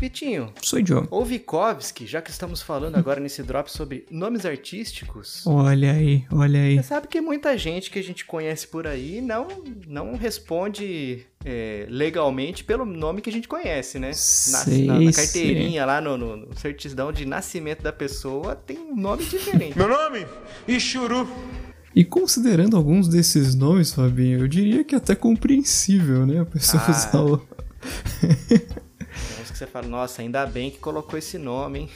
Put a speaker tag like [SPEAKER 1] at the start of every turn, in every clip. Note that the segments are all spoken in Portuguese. [SPEAKER 1] Vitinho,
[SPEAKER 2] Sou Joe.
[SPEAKER 1] ou Vikovski, já que estamos falando agora nesse drop sobre nomes artísticos,
[SPEAKER 2] Olha aí, olha aí.
[SPEAKER 1] você sabe que muita gente que a gente conhece por aí não, não responde é, legalmente pelo nome que a gente conhece, né? Na,
[SPEAKER 2] Sei,
[SPEAKER 1] na- na
[SPEAKER 2] sei.
[SPEAKER 1] carteirinha, lá no, no- no certidão de nascimento da pessoa, tem um nome diferente.
[SPEAKER 3] Meu nome? Ixuru.
[SPEAKER 2] E considerando alguns desses nomes, Fabinho, eu diria que é até compreensível, né? A pessoa
[SPEAKER 1] Ah.
[SPEAKER 2] usar o...
[SPEAKER 1] Tem uns É que você fala, nossa, ainda bem que colocou esse nome, hein?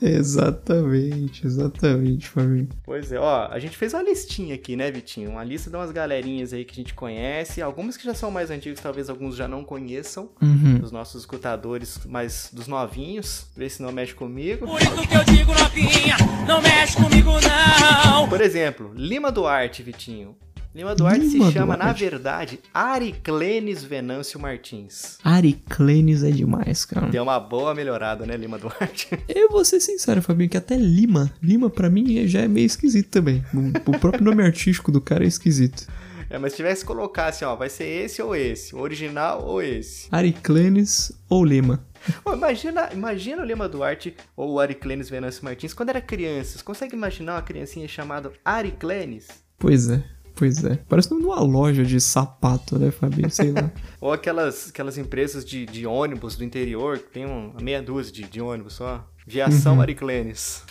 [SPEAKER 2] Exatamente, exatamente, Fabinho.
[SPEAKER 1] Pois é, ó, a gente fez uma listinha aqui, né, Vitinho? Uma lista de umas galerinhas aí que a gente conhece, algumas que já são mais antigas, talvez alguns já não conheçam,
[SPEAKER 2] Uhum.
[SPEAKER 1] dos nossos escutadores, mas dos novinhos, vê se não mexe comigo.
[SPEAKER 4] Por isso que eu digo, novinha, não mexe comigo não.
[SPEAKER 1] Por exemplo, Lima Duarte, Vitinho. Lima Duarte
[SPEAKER 2] Lima
[SPEAKER 1] se chama, na
[SPEAKER 2] Duarte.
[SPEAKER 1] verdade, Ariclenes Venâncio Martins.
[SPEAKER 2] Ariclenes é demais, cara.
[SPEAKER 1] Deu uma boa melhorada, né, Lima Duarte?
[SPEAKER 2] Eu vou ser sincero, Fabinho, que até Lima, Lima pra mim é- já é meio esquisito também. O, o próprio nome artístico do cara é esquisito.
[SPEAKER 1] É, mas se tivesse que colocar assim, ó, vai ser esse ou esse, o original ou esse.
[SPEAKER 2] Ariclenes ou Lima?
[SPEAKER 1] Pô, imagina, imagina o Lima Duarte ou o Ariclenes Venâncio Martins quando era criança. Você consegue imaginar uma criancinha chamada Ariclenes?
[SPEAKER 2] Pois é, pois é. Parece o nome de uma loja de sapato, né, Fabinho? Sei lá.
[SPEAKER 1] Ou aquelas, aquelas empresas de, de ônibus do interior, que tem um- uma meia dúzia de, de ônibus só. Viação Ariclenes.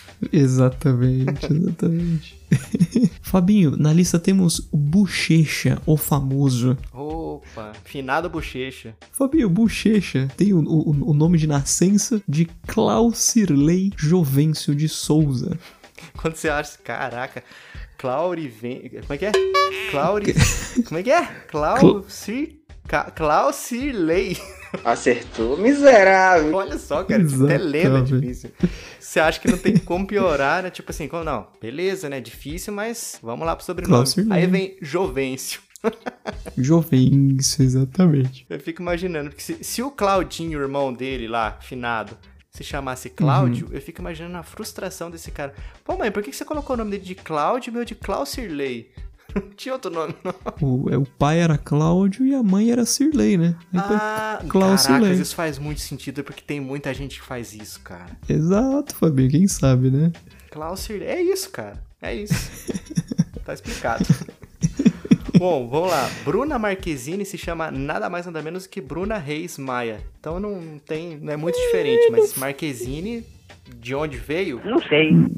[SPEAKER 2] Exatamente, exatamente. Fabinho, na lista temos Bochecha, o famoso.
[SPEAKER 1] Opa, finado bochecha.
[SPEAKER 2] Fabinho, Bochecha tem o, o- o nome de nascença de Claucirlei Jovencio de Souza.
[SPEAKER 1] Quando você acha, caraca, Clauri vem... Como é que é? Clauri... Como é que é? Claucir... Ca- Claucirlei.
[SPEAKER 5] Acertou, miserável.
[SPEAKER 1] Olha só, cara, tipo, até lenda é
[SPEAKER 2] Exatamente.
[SPEAKER 1] difícil. Você acha que não tem como piorar, né? Tipo assim, como não, beleza, né? Difícil, mas vamos lá pro sobrenome.
[SPEAKER 2] Claucirlei.
[SPEAKER 1] Aí vem Jovencio.
[SPEAKER 2] Jovencio, exatamente.
[SPEAKER 1] Eu fico imaginando, porque se, se o Claudinho, o irmão dele lá, finado, se chamasse Cláudio, eu fico imaginando a frustração desse cara. Pô, mãe, por que que você colocou o nome dele de Cláudio e o meu de Claucirlei? Tinha outro nome, não?
[SPEAKER 2] O, é, o pai era Cláudio e a mãe era Cirlei, né? Aí foi-
[SPEAKER 1] Ah,
[SPEAKER 2] Claucirlei.
[SPEAKER 1] caracas, isso faz muito sentido, porque tem muita gente que faz isso, cara.
[SPEAKER 2] Exato, Fabinho, quem sabe, né?
[SPEAKER 1] Claucirlei, é isso, cara. É isso. tá explicado. Bom, vamos lá. Bruna Marquezine se chama nada mais nada menos que Bruna Reis Maia. Então não tem, não é muito diferente, mas Marquezine, de onde veio?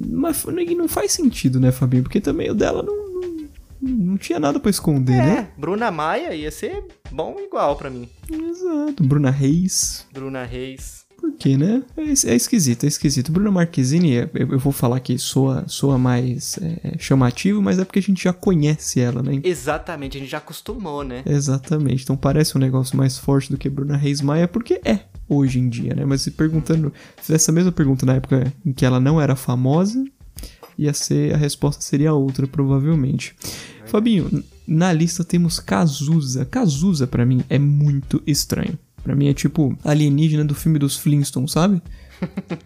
[SPEAKER 2] Mas f- e não faz sentido, né, Fabinho? Porque também o dela não, não, não tinha nada pra esconder, né?
[SPEAKER 1] É, Bruna Maia ia ser bom igual pra mim.
[SPEAKER 2] Exato. Bruna Reis,
[SPEAKER 1] Bruna Reis.
[SPEAKER 2] Por quê, né? É, es- é esquisito, é esquisito. Bruno Marquezine, é- eu, eu vou falar que soa, soa mais é, chamativo, mas é porque a gente já conhece ela, né?
[SPEAKER 1] Exatamente, a gente já acostumou, né?
[SPEAKER 2] Exatamente. Então parece um negócio mais forte do que Bruna Reis Maia, porque é hoje em dia, né? Mas se perguntando, se essa mesma pergunta na época em que ela não era famosa, ia ser a resposta seria outra, provavelmente. Fabinho, n- na lista temos Cazuza. Cazuza pra mim é muito estranho. Pra mim é tipo alienígena do filme dos Flintstones, sabe?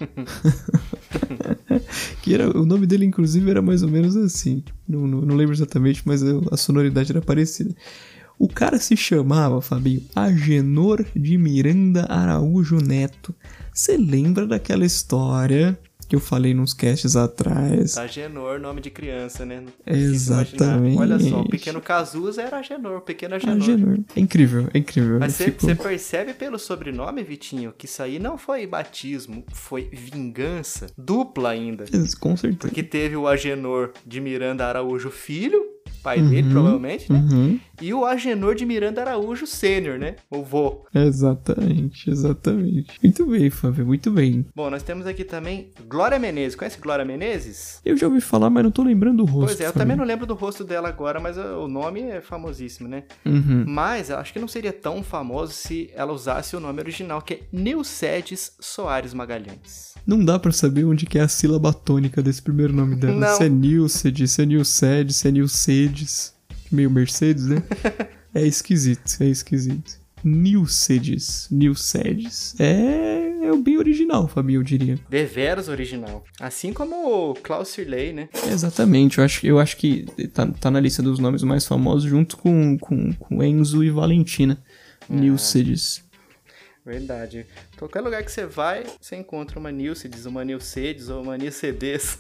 [SPEAKER 2] que era, o nome dele, inclusive, era mais ou menos assim. Não, não- não lembro exatamente, mas eu- a sonoridade era parecida. O cara se chamava, Fabinho, Agenor de Miranda Araújo Neto. Você lembra daquela história que eu falei nos casts atrás?
[SPEAKER 1] Agenor, nome de criança, né? Não é difícil imaginar.
[SPEAKER 2] Exatamente.
[SPEAKER 1] Olha só, o pequeno Cazuza era Agenor, o pequeno Agenor.
[SPEAKER 2] Agenor. É incrível, é incrível.
[SPEAKER 1] Mas tipo, você,
[SPEAKER 2] Eu fico-
[SPEAKER 1] você percebe pelo sobrenome, Vitinho, que isso aí não foi batismo, foi vingança dupla ainda.
[SPEAKER 2] Com certeza.
[SPEAKER 1] Porque teve o Agenor de Miranda Araújo filho, pai dele provavelmente, né?
[SPEAKER 2] Uhum.
[SPEAKER 1] E o Agenor de Miranda Araújo sênior, né? O vô.
[SPEAKER 2] Exatamente, exatamente. Muito bem, Fábio, muito bem.
[SPEAKER 1] Bom, nós temos aqui também Glória Menezes. Conhece Glória Menezes?
[SPEAKER 2] Eu já ouvi falar, mas não tô lembrando o rosto.
[SPEAKER 1] Pois é, eu também não lembro do rosto dela agora, mas ah, o nome é famosíssimo, né?
[SPEAKER 2] não... Uhum.
[SPEAKER 1] Mas eu acho que não seria tão famoso se ela usasse o nome original, que é Nilcedes Soares Magalhães.
[SPEAKER 2] Não dá pra saber onde que é a sílaba tônica desse primeiro nome dela.
[SPEAKER 1] Não.
[SPEAKER 2] Se é Nilcedes, se é Nilcedes, se é Nilcedes. Meio Mercedes, né? é esquisito, é esquisito. Nilcedes, Nilcedes. É... é o bem original, Fabinho, eu diria.
[SPEAKER 1] Deveras original. Assim como o Klaus Sirley, né?
[SPEAKER 2] Exatamente, eu acho, eu acho que tá, tá na lista dos nomes mais
[SPEAKER 1] É.
[SPEAKER 2] famosos junto com, com, com Enzo e Valentina. Nilcedes.
[SPEAKER 1] Verdade. Qualquer lugar que você vai, você encontra uma Nilcides, uma Nilcedes ou uma Nilcedes.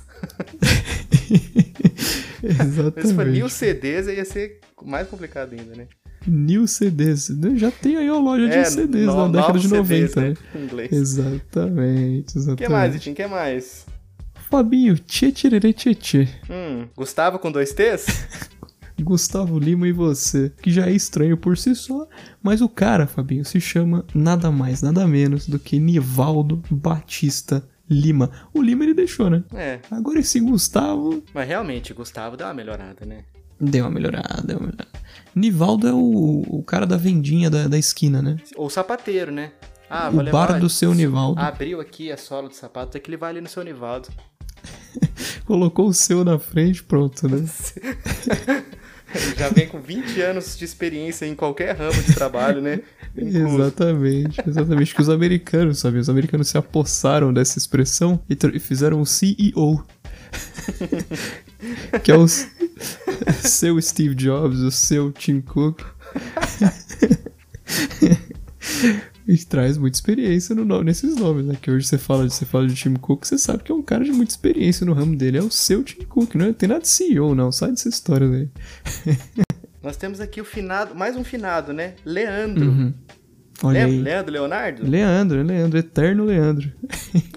[SPEAKER 1] Se for
[SPEAKER 2] Exatamente.
[SPEAKER 1] Nilcedes, aí ia ser mais complicado ainda, né? É,
[SPEAKER 2] New CDs. né? Já tem aí a loja de CDs
[SPEAKER 1] no-
[SPEAKER 2] na década
[SPEAKER 1] novos
[SPEAKER 2] de 90,
[SPEAKER 1] CDs,
[SPEAKER 2] né?
[SPEAKER 1] Em inglês.
[SPEAKER 2] Exatamente,
[SPEAKER 1] O que
[SPEAKER 2] exatamente.
[SPEAKER 1] mais, Vitinho? O que mais?
[SPEAKER 2] Fabinho, tchê, tchê, tchê, tchê.
[SPEAKER 1] Hum, Gustavo com dois T's?
[SPEAKER 2] Gustavo Lima e você, que já é estranho por si só, mas o cara, Fabinho, se chama nada mais, nada menos do que Nivaldo Batista Lima. O Lima ele deixou, né?
[SPEAKER 1] é.
[SPEAKER 2] Agora esse Gustavo
[SPEAKER 1] Mas realmente, Gustavo deu uma melhorada, né?
[SPEAKER 2] deu uma melhorada, deu uma melhorada. Nivaldo é o, o cara da vendinha da, da esquina, né?
[SPEAKER 1] Ou sapateiro, né? Ah,
[SPEAKER 2] o bar do seu Nivaldo.
[SPEAKER 1] Abriu aqui a sola do sapato, é que ele vai ali no seu Nivaldo.
[SPEAKER 2] Colocou o seu na frente, pronto, né?
[SPEAKER 1] Ele já vem com 20 anos de experiência em qualquer ramo de trabalho, né? Incluso.
[SPEAKER 2] Exatamente, exatamente. Que os americanos, sabe? Os americanos se apossaram dessa expressão e, tr- e fizeram o CEO. que é o s- seu Steve Jobs, o seu Tim Cook. e traz muita experiência no nome, nesses nomes, né? Que hoje você fala, de- você fala de Tim Cook, você sabe que é um cara de muita experiência no ramo dele. É o seu Tim Cook, não é- tem nada de CEO, não. Sai dessa história daí.
[SPEAKER 1] Nós temos aqui o finado, mais um finado, né? Leandro.
[SPEAKER 2] Uhum. Olha
[SPEAKER 1] Lembra?
[SPEAKER 2] aí.
[SPEAKER 1] Leandro Leonardo?
[SPEAKER 2] Leandro, é Leandro, eterno Leandro.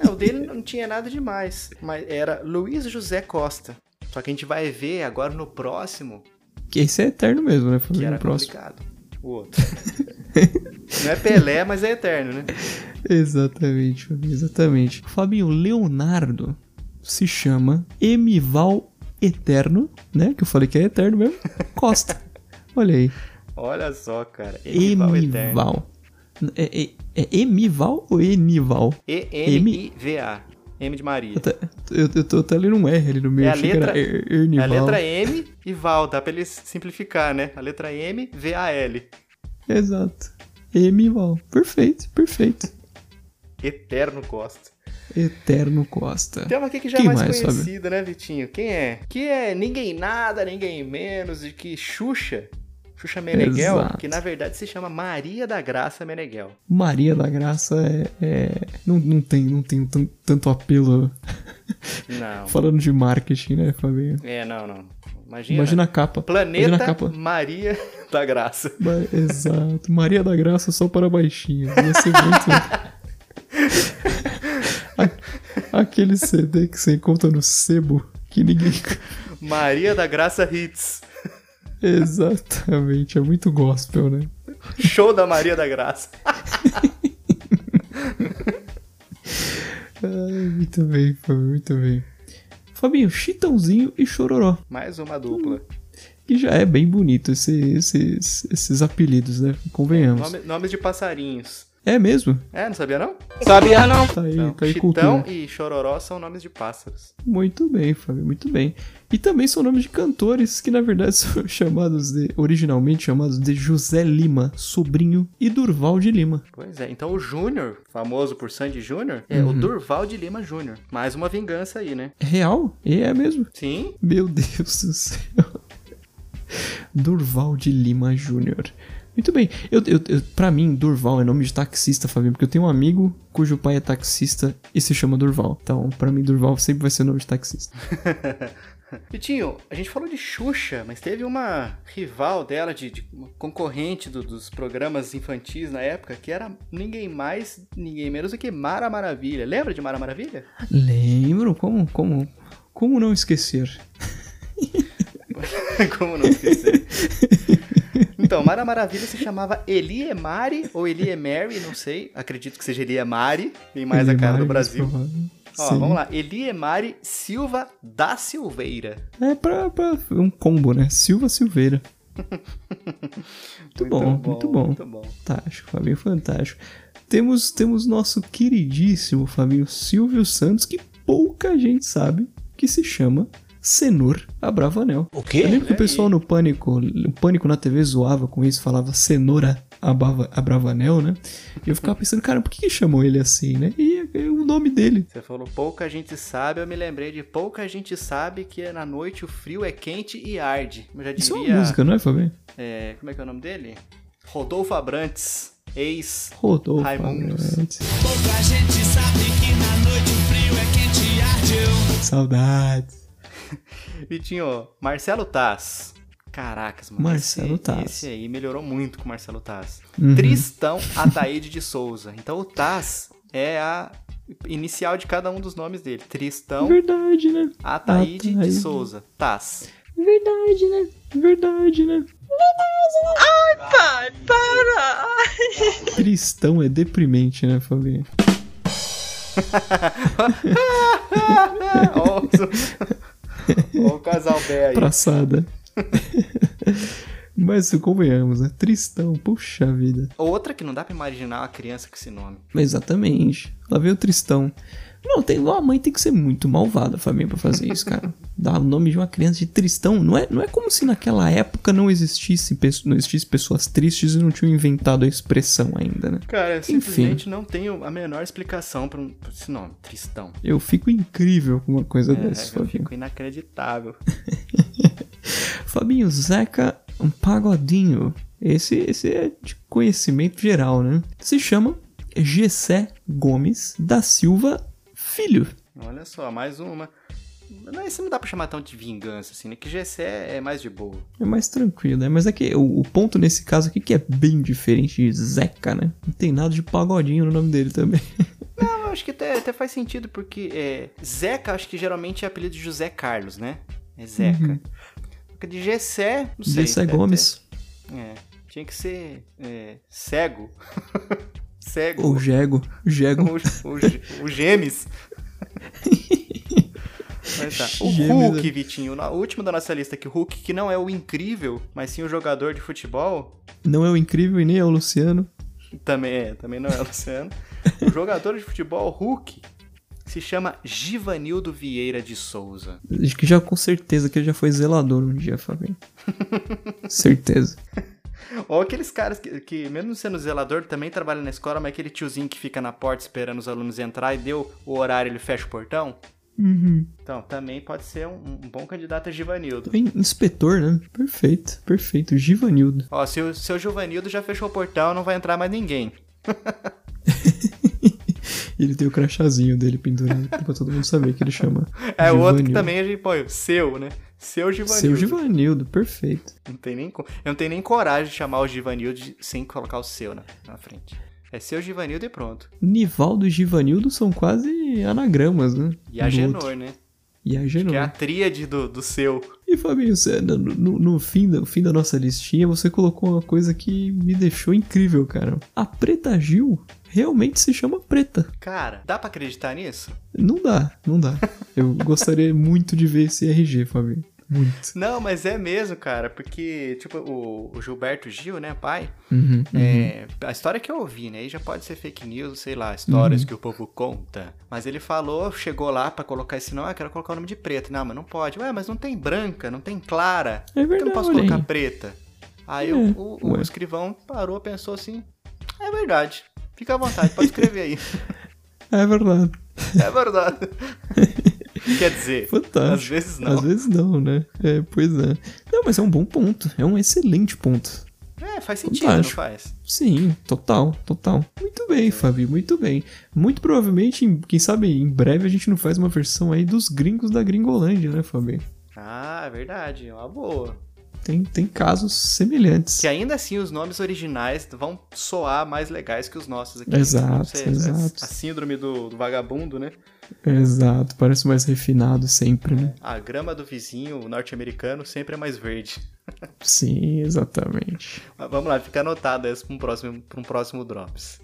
[SPEAKER 1] É, o dele não tinha nada demais, mas era Luiz José Costa. Só que a gente vai ver agora no próximo,
[SPEAKER 2] Que esse é eterno mesmo, né?
[SPEAKER 1] que
[SPEAKER 2] Família
[SPEAKER 1] era
[SPEAKER 2] no próximo.
[SPEAKER 1] complicado. O outro. não é Pelé, mas é eterno, né?
[SPEAKER 2] Exatamente, Fabinho, exatamente. Fabinho, Leonardo se chama Emival Eterno, né? Que eu falei que é eterno mesmo. Costa. Olha aí.
[SPEAKER 1] Olha só, cara. Enival Eterno.
[SPEAKER 2] Emival. É, é- é Emival ou Enival?
[SPEAKER 1] E-N-I-V-A. M de Maria.
[SPEAKER 2] Eu, tá- eu, eu tô até lendo um R ali no meio.
[SPEAKER 1] É a
[SPEAKER 2] achei que
[SPEAKER 1] letra-
[SPEAKER 2] era Er-
[SPEAKER 1] É a
[SPEAKER 2] Ernival.
[SPEAKER 1] letra M e Val, dá pra ele simplificar, né? A letra M, V-A-L.
[SPEAKER 2] Exato. Emival. Perfeito, perfeito.
[SPEAKER 1] Eterno Costa.
[SPEAKER 2] Eterno Costa.
[SPEAKER 1] Tem uma aqui que já é
[SPEAKER 2] Quem
[SPEAKER 1] mais,
[SPEAKER 2] mais, Fábio?
[SPEAKER 1] conhecida, né, Vitinho? Quem é? Que é ninguém nada, ninguém menos de que Xuxa. Xuxa Meneghel,
[SPEAKER 2] Exato.
[SPEAKER 1] que na verdade se chama Maria da Graça Meneghel.
[SPEAKER 2] Maria da Graça é. é- não, não tem, não tem tan- tanto apelo
[SPEAKER 1] Não.
[SPEAKER 2] falando de marketing, né, Fabinho?
[SPEAKER 1] É, não, não. Imagina.
[SPEAKER 2] Imagina a capa. Imagina a
[SPEAKER 1] Planeta
[SPEAKER 2] capa.
[SPEAKER 1] Maria da Graça.
[SPEAKER 2] Ma- Exato. Maria da Graça só para baixinho. Ia ser muito. A- Aquele CD que você encontra no sebo, que ninguém.
[SPEAKER 1] Maria da Graça Hits.
[SPEAKER 2] Exatamente, é muito gospel, né?
[SPEAKER 1] Show da Maria da Graça.
[SPEAKER 2] Ai, muito bem, Fabinho, muito bem. Fabinho, Chitãozinho e Chororó.
[SPEAKER 1] Mais uma dupla.
[SPEAKER 2] Que já é bem bonito esse- esses, esses apelidos, né? Convenhamos.
[SPEAKER 1] Nome- nomes de passarinhos.
[SPEAKER 2] É mesmo?
[SPEAKER 1] É, não sabia não?
[SPEAKER 5] Sabia não?
[SPEAKER 2] Tá aí,
[SPEAKER 1] Então,
[SPEAKER 2] tá aí
[SPEAKER 1] Chitão
[SPEAKER 2] cultura.
[SPEAKER 1] e Chororó são nomes de pássaros.
[SPEAKER 2] Muito bem, Fábio, muito bem. E também são nomes de cantores que, na verdade, são chamados de. originalmente chamados de José Lima, sobrinho, e Durval de Lima.
[SPEAKER 1] Pois é, então o Júnior, famoso por Sandy Júnior, é
[SPEAKER 2] Uhum.
[SPEAKER 1] o Durval de Lima Júnior. Mais uma vingança aí, né?
[SPEAKER 2] É Real? E é mesmo?
[SPEAKER 1] Sim,
[SPEAKER 2] Meu Deus do céu. Durval de Lima Júnior. Muito bem. Eu, eu, eu- pra mim, Durval é nome de taxista, Fabinho, porque eu tenho um amigo cujo pai é taxista e se chama Durval. Então, pra mim, Durval sempre vai ser nome de taxista.
[SPEAKER 1] Vitinho, a gente falou de Xuxa, mas teve uma rival dela, de, de- uma concorrente do- dos programas infantis na época, que era ninguém mais, ninguém menos do que Mara Maravilha. Lembra de Mara Maravilha?
[SPEAKER 2] Lembro? Como, como, como não esquecer?
[SPEAKER 1] Como não esquecer? Então, Mara Maravilha se chamava Eliemari ou Eliemary, não sei. Acredito que seja Eliemari, nem mais a cara do
[SPEAKER 2] Elimário,
[SPEAKER 1] Brasil.
[SPEAKER 2] provável.
[SPEAKER 1] Ó,
[SPEAKER 2] Sim.
[SPEAKER 1] vamos lá. Eliemari Silva da Silveira.
[SPEAKER 2] É pra, pra um combo, né? Silva Silveira. Muito bom, muito bom.
[SPEAKER 1] Muito bom.
[SPEAKER 2] Fantástico, Fabinho, fantástico. Temos, temos nosso queridíssimo Fabinho Silvio Santos, que pouca gente sabe, que se chama Senor Abravanel.
[SPEAKER 3] O
[SPEAKER 2] Eu
[SPEAKER 3] quê?
[SPEAKER 2] lembro que o pessoal no Pânico, o Pânico na TV zoava com isso, falava Cenoura Abava- Abravanel, né? E eu ficava pensando, cara, por que que chamam ele assim, né? E é o nome dele.
[SPEAKER 1] Você falou pouca gente sabe, eu me lembrei de pouca gente sabe que na noite o frio é quente e arde. Eu já
[SPEAKER 2] Isso é
[SPEAKER 1] diria.
[SPEAKER 2] uma música, não é, Fabinho?
[SPEAKER 1] é, como é que é o nome dele? Rodolfo Abrantes. Ex
[SPEAKER 2] Rodolfo
[SPEAKER 1] Raimundos.
[SPEAKER 2] Abrantes.
[SPEAKER 4] Pouca gente sabe que na noite o frio é quente e ardeu.
[SPEAKER 2] Saudades.
[SPEAKER 1] Vitinho, Marcelo Taz. Caracas, mano.
[SPEAKER 2] Marcelo
[SPEAKER 1] esse,
[SPEAKER 2] Taz.
[SPEAKER 1] Esse aí melhorou muito com o Marcelo Taz.
[SPEAKER 2] Uhum.
[SPEAKER 1] Tristão Ataíde de Souza. Então o Taz é a inicial de cada um dos nomes dele. Tristão
[SPEAKER 2] Verdade, né?
[SPEAKER 1] Ataíde de
[SPEAKER 2] Ataíde.
[SPEAKER 1] Souza. Taz.
[SPEAKER 2] Verdade, né? Verdade, né?
[SPEAKER 6] Pai, para!
[SPEAKER 2] Tristão é deprimente, né, Fabinho?
[SPEAKER 1] Ó, o- ó o casal Bé aí.
[SPEAKER 2] Traçada. Mas convenhamos, né? Tristão, puxa vida.
[SPEAKER 1] Outra que não dá pra imaginar uma criança com esse nome.
[SPEAKER 2] Exatamente. Lá veio o Tristão. Não, tem, a mãe tem que ser muito malvada, Fabinho, pra fazer isso, cara. Dar o nome de uma criança de Tristão. Não é, não é como se naquela época não existisse, pesso- não existisse pessoas tristes e não tinham inventado a expressão ainda, né?
[SPEAKER 1] Cara, eu simplesmente não tenho a menor explicação pra, um, pra esse nome. Tristão.
[SPEAKER 2] Eu fico incrível com uma coisa
[SPEAKER 1] É,
[SPEAKER 2] dessa,
[SPEAKER 1] eu
[SPEAKER 2] Fabinho.
[SPEAKER 1] fico inacreditável.
[SPEAKER 2] Fabinho Zeca um Pagodinho. Esse, esse é de conhecimento geral, né? Se chama Gessé Gomes da Silva Filho.
[SPEAKER 1] Olha só, mais uma. Mas isso não dá pra chamar tanto de vingança, assim, né? Que GC é é mais de boa.
[SPEAKER 2] É mais tranquilo, né? Mas é que o, o ponto nesse caso aqui que é bem diferente de Zeca, né? Não tem nada de pagodinho no nome dele também.
[SPEAKER 1] Eu acho que até, até faz sentido, porque é, Zeca, acho que geralmente é apelido de José Carlos, né? É
[SPEAKER 2] Uhum.
[SPEAKER 1] Zeca. Porque De Gessé, não sei. é,
[SPEAKER 2] Gessé
[SPEAKER 1] deve
[SPEAKER 2] é Gomes.
[SPEAKER 1] ter- É, tinha que ser é, cego. cego.
[SPEAKER 2] Ou Jego. Jego.
[SPEAKER 1] O, o, o Gêmeos. Mas tá. O
[SPEAKER 2] Gêmeos,
[SPEAKER 1] Hulk,
[SPEAKER 2] é.
[SPEAKER 1] Vitinho, o último da nossa lista aqui, o Hulk, que não é o incrível, mas sim o jogador de futebol,
[SPEAKER 2] Não é o incrível e nem é o Luciano.
[SPEAKER 1] Também é, também não é, Luciano. O jogador de futebol Hulk se chama Givanildo Vieira de Souza.
[SPEAKER 2] Acho que já com certeza que ele já foi zelador um dia, Fabinho. certeza.
[SPEAKER 1] Ou aqueles caras que, que, mesmo sendo zelador, também trabalham na escola, mas aquele tiozinho que fica na porta esperando os alunos entrar e deu o horário, ele fecha o portão.
[SPEAKER 2] Uhum.
[SPEAKER 1] Então, também pode ser um, um bom candidato a Givanildo.
[SPEAKER 2] Bem, Inspetor, né? Perfeito, perfeito. Givanildo.
[SPEAKER 1] Ó, se o seu Givanildo já fechou o portão, não vai entrar mais ninguém.
[SPEAKER 2] Ele tem o crachazinho dele pendurado pra todo mundo saber que ele chama.
[SPEAKER 1] É o outro que
[SPEAKER 2] Givanildo.
[SPEAKER 1] também a gente põe, o seu, né? Seu Givanildo.
[SPEAKER 2] Seu Givanildo, perfeito.
[SPEAKER 1] Não tem nem, co- eu não tenho nem coragem de chamar o Givanildo de- sem colocar o seu na, na frente. É seu Givanildo e pronto.
[SPEAKER 2] Nivaldo e Givanildo são quase anagramas, né?
[SPEAKER 1] E
[SPEAKER 2] Um
[SPEAKER 1] a
[SPEAKER 2] do outro.
[SPEAKER 1] Genor, né?
[SPEAKER 2] E a Genor.
[SPEAKER 1] Que é a tríade do, do seu.
[SPEAKER 2] E Fabinho, você- no, no- no fim da, no fim da nossa listinha, você colocou uma coisa que me deixou incrível, cara. A Preta Gil realmente se chama Preta.
[SPEAKER 1] Cara, dá pra acreditar nisso?
[SPEAKER 2] Não dá, não dá. Eu gostaria muito de ver esse RG, Fabinho. Muito.
[SPEAKER 1] Não, mas é mesmo, cara, porque, tipo, o, o Gilberto Gil, né, pai?
[SPEAKER 2] Uhum, uhum.
[SPEAKER 1] É, a história que eu ouvi, né? Aí já pode ser fake news, sei lá, histórias
[SPEAKER 2] Uhum.
[SPEAKER 1] que o povo conta. Mas ele falou, chegou lá pra colocar esse nome, ah, quero colocar o nome de preto. Não, mas não pode. Ué, mas não tem branca, não tem clara. Por
[SPEAKER 2] É
[SPEAKER 1] que eu não
[SPEAKER 2] verdade,
[SPEAKER 1] posso
[SPEAKER 2] olha aí.
[SPEAKER 1] colocar preta? Aí
[SPEAKER 2] É,
[SPEAKER 1] o, o- o
[SPEAKER 2] ué.
[SPEAKER 1] escrivão parou, pensou assim: é verdade. Fica à vontade, pode escrever aí.
[SPEAKER 2] É verdade.
[SPEAKER 1] é verdade. Quer dizer,
[SPEAKER 2] Fantástico.
[SPEAKER 1] às vezes não.
[SPEAKER 2] Às vezes não, né? É, pois é. Não, mas é um bom ponto. É um excelente ponto.
[SPEAKER 1] É, faz sentido,
[SPEAKER 2] Fantástico.
[SPEAKER 1] não faz?
[SPEAKER 2] Sim, total, total. Muito bem, Fabi, muito bem. Muito provavelmente, em- quem sabe, em breve a gente não faz uma versão aí dos gringos da Gringolândia, né, Fabi?
[SPEAKER 1] Ah, é verdade, é uma boa.
[SPEAKER 2] Tem, tem casos semelhantes.
[SPEAKER 1] Que ainda assim os nomes originais vão soar mais legais que os nossos aqui.
[SPEAKER 2] Exato,
[SPEAKER 1] Não sei,
[SPEAKER 2] exato.
[SPEAKER 1] A síndrome do, do vagabundo, né?
[SPEAKER 2] Exato, parece mais refinado sempre, né?
[SPEAKER 1] A grama do vizinho norte-americano sempre é mais verde.
[SPEAKER 2] Sim, exatamente.
[SPEAKER 1] Mas vamos lá, fica anotado essa para um próximo, pra um próximo Drops.